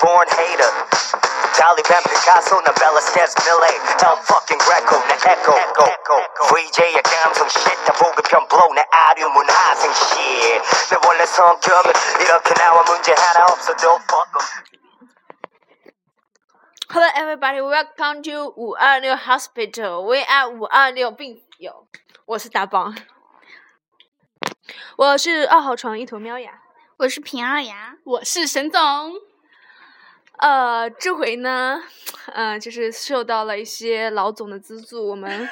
born hater. Dolly Van Picasso, Nabella Stairs Millet, El fucking Greco, 내 echo, VJ의 감성 shit 다 보급형 blow, 내 아류문 하생 shit. 내 원래 성격은 이렇게 나와 문제 하나 없어도 fuck 'em. Hello, everybody. Welcome to 五二六 Hospital. We are 五二六病友。我是大棒，我是二号床一头喵呀。我是平二牙，我是沈总，呃，这回呢，嗯、呃，就是受到了一些老总的资助，我 们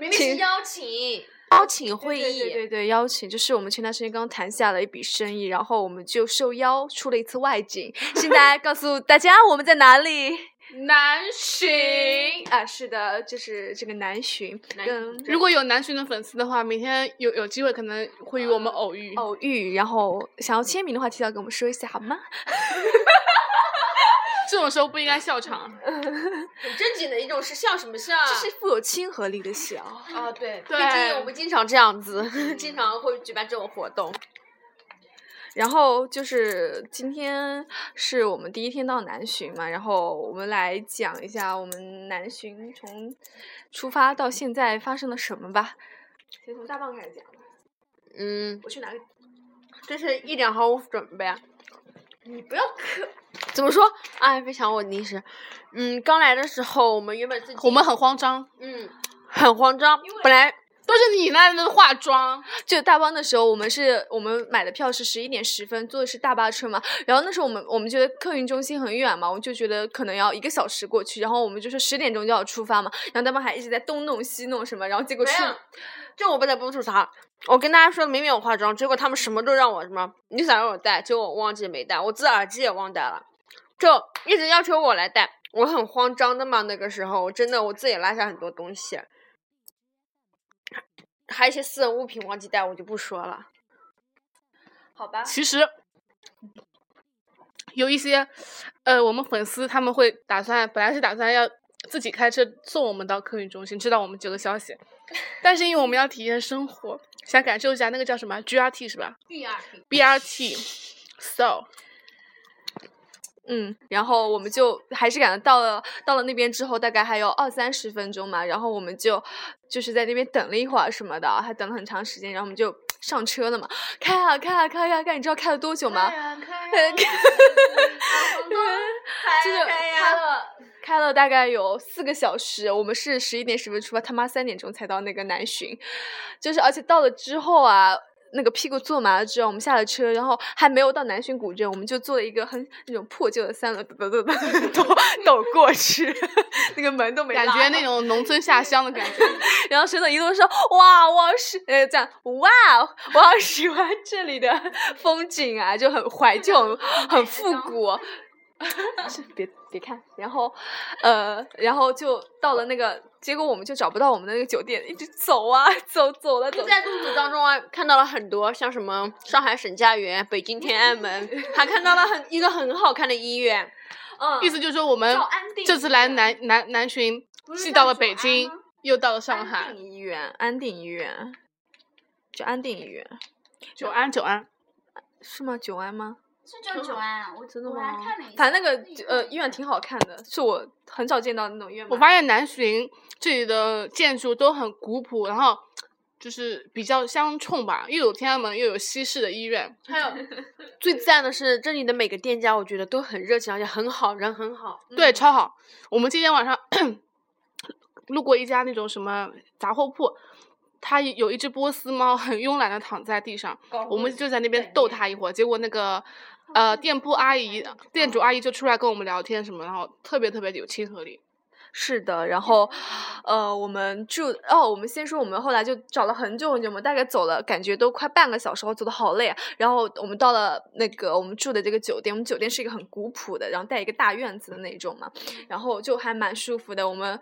明请邀请，邀请会对议，对对对，邀请就是我们前段时间刚谈下了一笔生意，然后我们就受邀出了一次外景。现在告诉大家我们在哪里。南巡。 啊，是的，就是这个南巡南跟如果有南巡的粉丝的话，明天有有机会可能会与我们偶哦遇。偶遇，然后想要签名的话，提早跟我们说一下好吗？这种时候不应该笑场。 很正经的一种是笑什么笑？啊这是富有亲和力的笑。啊，对，对毕竟我们经常这 样子，经常会举办这种活动。然后就是今天是我们第一天到南巡嘛，然后我们来讲一下我们南巡从出发到现在发生了什么吧。先从大棒开始讲吧，嗯，我去拿个。真是一点毫无准备。啊你不要磕。怎么说？哎，别想我临时。嗯，刚来的时候，我们原本自己我们很慌张，嗯很慌张，本来都是你那边化妆，就大巴的时候，我们是我们买的票是十一点十分，坐的是大巴车嘛。然后那时候我们我们觉得客运中心很远嘛，我们就觉得可能要一个小时过去。然后我们就是十点钟就要出发嘛。然后大巴还一直在东弄西弄什么，然后结果没出有，这我不得不吐槽。我跟大家说明明我化妆，结果他们什么都让我什么，你想让我戴，结果我忘记没戴，我自己耳机也忘带了，就一直要求我来戴，我很慌张的嘛。那个时候真的我自己落下很多东西，还有一些私人物品忘记带，我就不说了。好吧，其实有一些，呃，我们粉丝他们会打算，本来是打算要自己开车送我们到客运中心，知道我们这个 消息，但是因为我们要体验生活，想感受一下那个叫什么啊 GRT 是吧？BRT，BRT，so 嗯，然后我们就还是感觉到了到了那边之后，大概还有二三十分钟嘛，然后我们就就是在那边等了一会儿什么的，还等了很长时间，然后我们就上车了嘛，开啊开啊开啊开，你知道开了多久吗？ 就是开了开了大概有四个小时，我们是十一点十分出发，他妈三点钟才到那个南巡，就是而且到了之后啊。那个屁股坐麻了之后，我们下了车，然后还没有到南巡古镇，我们就坐了一个很那种破旧的三轮，抖抖抖抖抖抖过去， 那个门都没感拉觉好那种农村下乡的感觉。 然后沈总一路说：“哇，我好喜呃，这样哇，我好喜欢这里的风景啊，就很怀旧，很很复古。 是”别别看，然后呃，然后就到了那个，结果我们就找不到我们的那个酒店，一直走啊走，走了走就。在路途当中啊，看到了很多像什么上海沈家园、北京天安门， 还看到了很一个很好看的医院。嗯，意思就是说我们叫安定这次医来院南南南巡，是既叫到了九北安京吗，又到了上安海，定医院，安定医院，就安定医院九安九安。是吗？九安吗？是叫九安，我真的我还吗看了一下，反正那个自己呃看医院挺好看的，是我很少见到的那种医院嘛。我发现南巡这里的建筑都很古朴，然后就是比较相冲吧，又有天安门，又有西式的医院。还有 最赞的是这里的每个店家，我觉得都很热情，而且很好，人很好。嗯对，超好。我们今天晚上 路过一家那种什么杂货铺，它有一只波斯猫很慵懒的躺在地上，我们就在那边逗它一会儿，结果那个。呃，店铺阿姨、嗯店主阿姨就出来跟我们聊天什么，然后特别特别有亲和力。是的，然后，呃，我们住哦，我们先说我们后来就找了很久很久，我们大概走了，感觉都快半个小时，我走的好累啊。然后我们到了那个我们住的这个酒店，我们酒店是一个很古朴的，然后带一个大院子的那种嘛，然后就还蛮舒服的。我们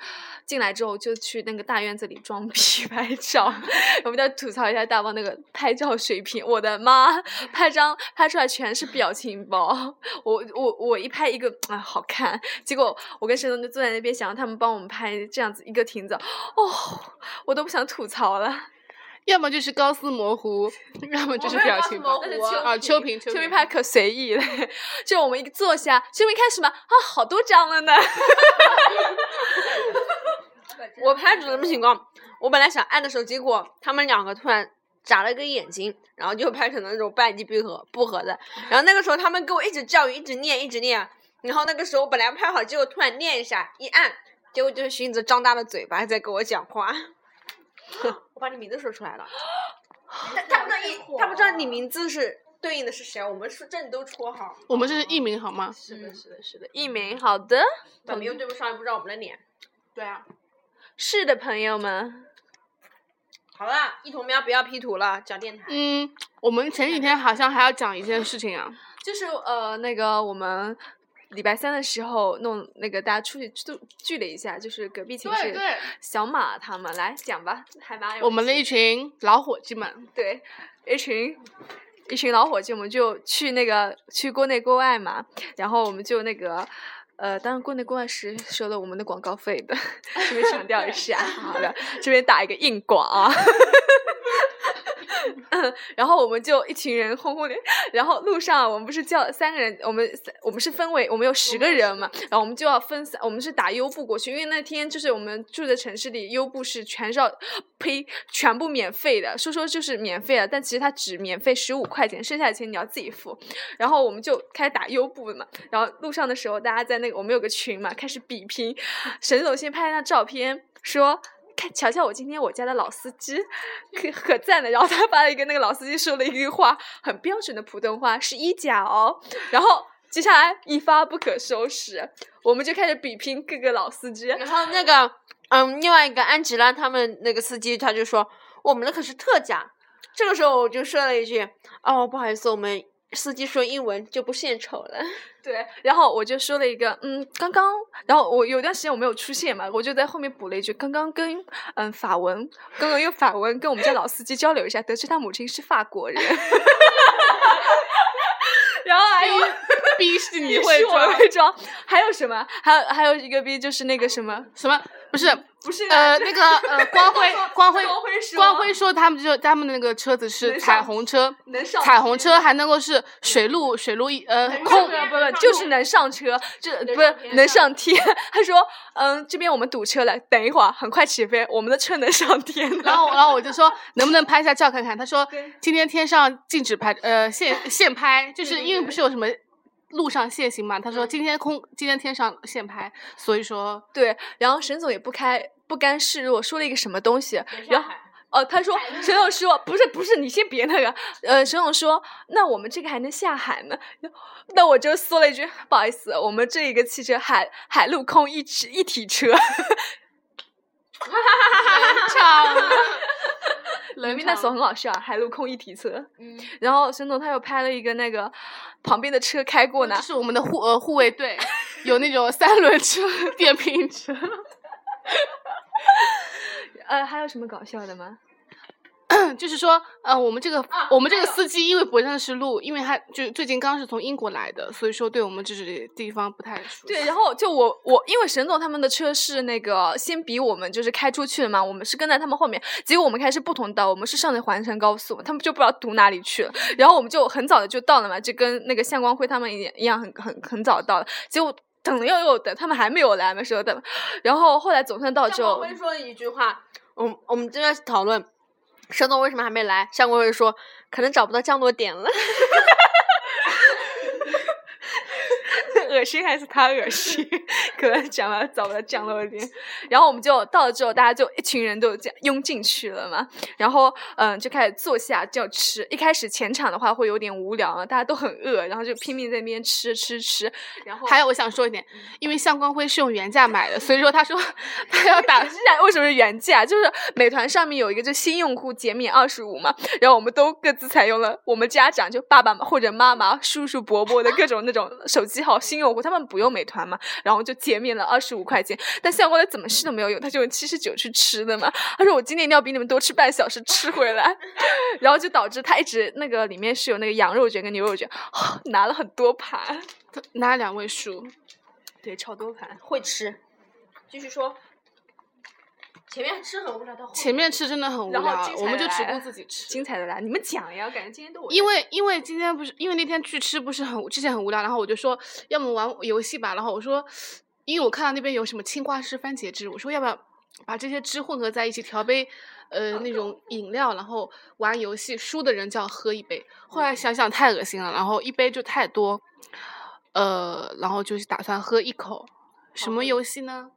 进来之后就去那个大院子里装逼 拍照，我们要吐槽一下大王那个拍照水平，我的妈，拍张拍出来全是表情包。我我我一拍一个啊、好看，结果我跟沈总就坐在那边想让他们帮我们拍这样子一个亭子，哦，我都不想吐槽了。要么就是高斯 模糊，要么就是表情包模糊但是啊啊，秋萍，秋萍萍派可随意了， 就我们一坐下，秋萍开始嘛，啊，好多张了呢。我拍出什么情况？我本来想按的时候，结果他们两个突然眨了个眼睛，然后就拍成了那种半截闭合不合 的。然后那个时候他们给我一直教育，一直念，一直念。然后那个时候本来拍好，结果突然念一下，一按，结果就是荀子张大了嘴巴在跟我讲 话。我把你名字说出来了，他他不知道一他不知道你名字是对应的是谁，我们是真的都绰号，我们这是艺名好吗？是的，是的，是的，一鸣，好的，怎么又对不上，也不知道我们的脸。对啊，是的，朋友们，好了，一同喵不要 P 图了，讲电台。嗯，我们前几天好像还要讲一件事情啊，就是呃，那个我们礼拜三的时候弄那个大家出去聚聚了一下，就是隔壁寝室对小马他们来讲吧，还蛮有我们的意一思群老伙计们，对一群。一群老伙计，我们就去那个去国内国外嘛，然后我们就那个，呃，当然国内国外是收了我们的广告费的， 这边强调一下，好的，这边打一个硬广啊。 嗯，然后我们就一群人轰轰烈，然后路上我们不是叫三个人，我们三我们是分为我们有十个人嘛，然后我们就要分三，我们是打优步过去，因为那天就是我们住的城市里优步是全是要呸全部免费的，说说就是免费的，但其实它只免费十五块钱，剩下的钱你要自己付。然后我们就开始打优步嘛，然后路上的时候大家在那个我们有个群嘛，开始比拼，沈总先拍了张照片说。看，瞧瞧我今天我家的老司机，可可赞了。然后他发了一个那个老司机说了一句话，很标准的普通话，是一甲哦。然后接下来一发不可收拾，我们就开始比拼各个老司机。然后那个，嗯，另外一个安吉拉他们那个司机他就说，我们的可是特价。这个时候我就说了一句，哦，不好意思，我们司机说英文就不献丑了。对，然后我就说了一个，嗯，刚刚，然后我有段时间我没有出现嘛，我就在后面补了一句，刚刚跟嗯法文，刚刚用法文跟我们家老司机交流一下，得知他母亲是法国人。 然后还有 逼是你 也会是我装会装，还有什么？还有还有一个 B 就是那个什么，什么？不是，不是啊呃，就那个呃，光辉光辉光辉说光辉说他们就他们的那个车子是能彩上虹车，能上彩虹天车还能够是水路水路一呃能空上车不不就是能上车，这不是能上天。他说，嗯，这边我们堵车了，等一会儿，很快起飞，我们的车能上天的。然后，然后我 就说能不能拍一下照看看？他说对今天天上禁止拍，呃， 限限拍，就是对因为对嗯不是有什么路上限行嘛？他说今天空，今天天上限拍，所以说对，然后沈总也不开不甘示弱，说了一个什么东西，然后。哦，他说，沈总说不是不是，你先别那个，呃，沈总说，那我们这个还能下海呢， 那我就说了一句，不好意思，我们这一个汽车海海陆空一体一体车，唱因为那时候很好笑，海陆空一体车。嗯，然后沈总他又拍了一个那个旁边的车开过 呢这，是我们的护呃护 卫队，有那种三轮车、 电瓶车。呃，还有什么搞笑的吗？就是说，呃，我们这个、啊我们这还个有司机因为不认识路，因为他就最近刚是从英国来的，所以说对我们这里地方不太熟悉。 对，然后就我我因为沈总他们的车是那个先比我们就是开出去了嘛，我们是跟在他们后面，结果我们开是不同道，我们是上的环城高速，他们就不知道堵哪里去了，然后我们就很早的就到了嘛，就跟那个向光辉他们一样一样很很很早到了，结果等了又又等，他们还没有来嘛，说等，然后后来总算到之向后光，辉说了一句话，我们我们正在讨论，沈总为什么还没来？向光辉说，可能找不到降落点 了。 恶心还是他恶心， 可能讲了早了讲了一点。然后我们就到了之后，大家就一群人都这样拥进去了嘛。然后嗯，就开始坐下就要吃。一开始前场的话会有点无聊啊，大家都很饿，然后就拼命在那边吃吃吃。然后嗯还有我想说一点，因为向光辉是用原价买的，所以说他说 他要打 现在为什么是原价？就是美团上面有一个就新用户减免二十五嘛，然后我们都各自采用了我们家长就爸爸或者妈妈、叔叔伯伯的各种那种手机号新用户，他们不用美团嘛，然后就减免了二十五块钱。但相关的怎么试都没有用，他就用七十九去吃的嘛。他说我今天一定要比你们多吃半小时吃回来， 然后就导致他一直那个里面是有那个羊肉卷跟牛肉卷，啊拿了很多盘，拿两位数。对，超多盘。会吃。继续说，前面吃很无聊，到后前面吃真的很无然后聊精，我彩们就的只来顾了自己吃。精彩的来，你们讲呀，我感觉今天都我因在为因为今天不是因为那天去吃不是很之前很无聊，然后我就说要么玩游戏吧，然后我说因为我看到那边有什么青瓜汁、番茄汁，我说要不要把这些汁混合在一起调杯呃那种饮料，然后玩游戏，输的人就要喝一杯。后来想想太恶心了，然后一杯就太多，呃，然后就是打算喝一口。什么游戏呢？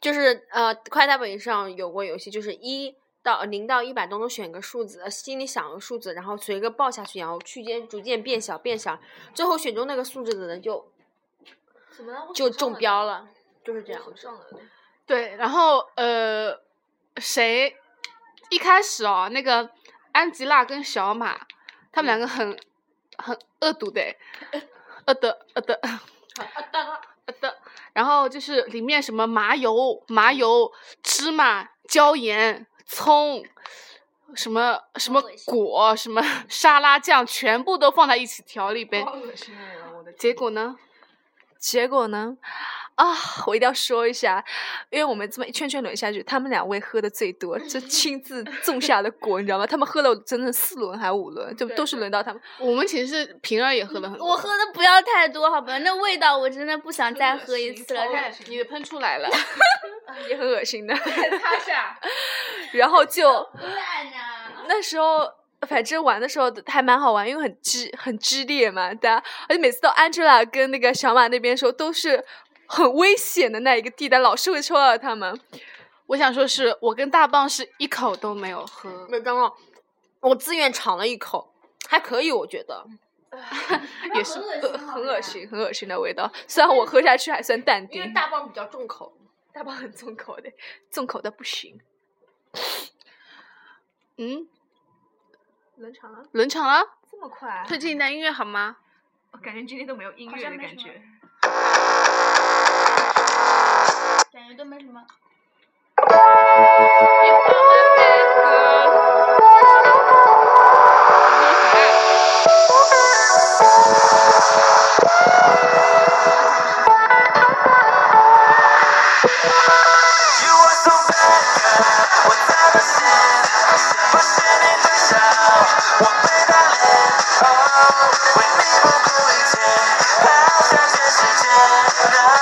就是呃，快大本上有过游戏，就是一到呃零到一百当中选个数字，呃心里想个数字，然后随个报下去，然后区间逐渐变小变小，最后选中那个数字的人就什么呢就中标，了，就是这样。上了。对，然后呃，谁一开始哦，那个安吉拉跟小马，他们两个很很恶毒的诶，恶的恶的恶的，然后就是里面什么麻油、麻油、芝麻、椒盐、葱。什么什么果什么沙拉酱，全部都放在一起调了一杯。结果呢？结果呢？啊，我一定要说一下，因为我们这么一圈圈轮下去，他们两位喝的最多，就亲自种下了果，你知道吗？他们喝了整整四轮还五轮，就对都是对轮到他们。我们寝室平儿也喝了很多。我喝的不要太多，好吧？那味道我真的不想再喝一次了。这你的喷出来了。也很恶心的。 趴下。然后就烂呐、那时候，反正玩的时候还蛮好玩，因为很激很激烈嘛，大家而且每次到 Angela 跟那个小马那边的时候，都是很危险的那一个地带，老是会抽到他们。 我想说是我跟大棒是一口都没有喝，麦当劳，我自愿尝了一口，还可以，我觉得。也是很恶呃心很恶。心，很恶心的味道。虽然我喝下去还算淡定，棒比较重口，大包很重口的，重口的不行。嗯，冷场了，冷场了。这么快？啊推荐一段音乐好吗？我感觉今天都没有音好乐像的没感什么觉。感觉都没什么。 You are so bad, girl. 我在的是，不是你对手，我被打脸。哦，为你不顾一切，抛下全世界。No，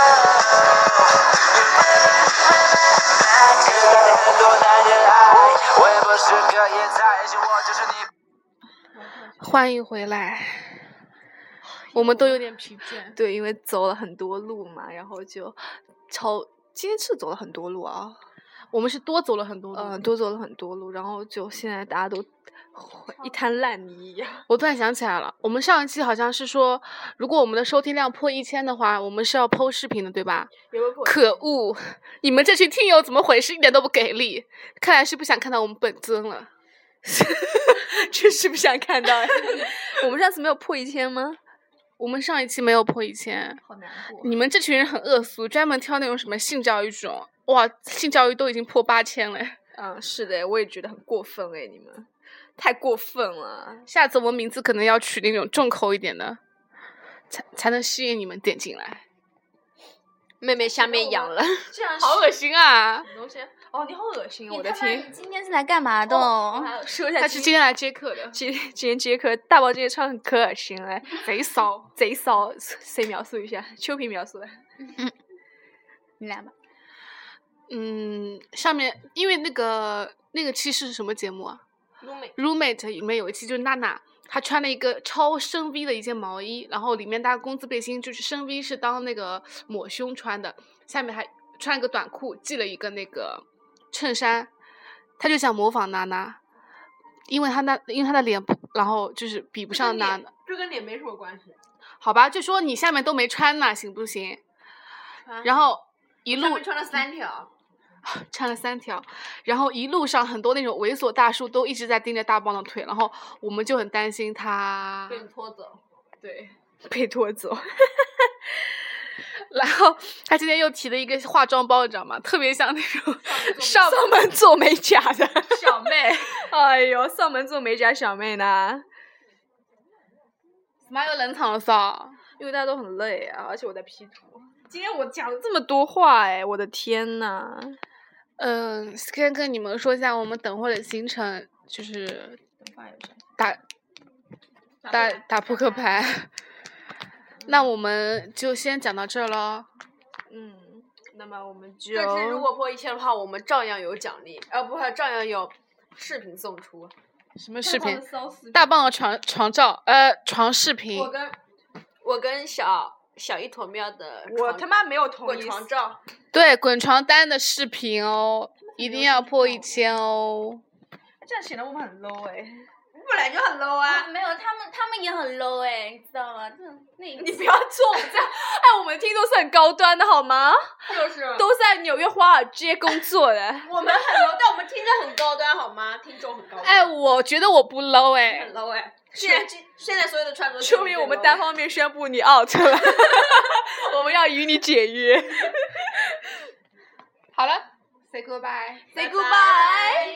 你被被期待了很多男人爱，我也不是个野菜，也许我就是你。欢迎回来。我们都有点疲倦。对，因为走了很多路嘛，然后就超今天是走了很多路啊，我们是多走了很多路。嗯，多走了很多路，然后就现在大家都一滩烂泥一样。 我突然想起来了，我们上一期好像是说，如果我们的收听量破一千的话，我们是要剖视频的，对吧？可恶，你们这群听友怎么回事？一点都不给力，看来是不想看到我们本尊了。 真是不想看到呀！我们上次没有破一千吗？ 我们上一期没有破一千，好难过啊你们这群人很恶俗，专门挑那种什么性教育这种，哇，性教育都已经破八千了。 嗯，是的，我也觉得很过分哎，你们太过分了。下次我们名字可能要取那种重口一点的，才才能吸引你们点进来。妹妹下面痒了。这样好恶心 啊！东西哦，你好恶心哦！我你的哎他妈天你，今天是来干嘛的哦？ 说一下他是今今天来接客的，今天今天接客，大宝今天穿得可恶心了，贼骚。贼骚，谁描述一下？秋萍描述的。 你来吧。嗯，上面因为那个那个期是什么节目啊？roommate 里面有一期就是娜娜，她穿了一个超深 V 的一件毛衣，然后里面搭工字背心，就是深 V 是当那个抹胸穿的，下面还穿一个短裤，系了一个那个衬衫，她就想模仿娜娜，因为她那因为她的脸不，然后就是比不上娜娜，这跟脸没什么关系。好吧，就说你下面都没穿呢，行不行？然后一路穿了三条，穿了三条，然后一路上很多那种猥琐大叔都一直在盯着大棒的腿，然后我们就很担心他被你拖走。对，被拖走， 然后他今天又提了一个化妆包，你知道吗？特别像那 种上门做美甲 的，小妹哎呦，上门做美甲小妹呢，怎么又冷场了骚？因为大家都很累啊，而且我在 P 图。今天我讲了这么多话，哎，我的天呐！嗯，先跟你们说一下我们等会儿的行程，就是打打打扑克牌。 那我们就先讲到这儿喽。嗯，那么我们就这期如果播一千的话，我们照样有奖励，呃，不，照样有视频送出。什么视频？骚死大棒的床床照，呃，床视频我。跟我跟小小一坨喵的我床他妈没有同滚意床照，对，滚床单的视频哦，一定要破一千哦。这样显得我们很 low 哎。本来就很 low 啊。没有，他们他们也很 low 哎，你知道吗？这那一你不要做我们这样，哎，我们听众是很高端的好吗？啊就是都在纽约华尔街工作 的。我们很 low，但我们听着很高端好吗？听众很高端，哎，我觉得我不 low 哎嗯很，low 哎。现在这现在所有的穿着都说明我们单方面宣布你 out 了， 我们要与你解约。好了，say goodbye。 say goodbye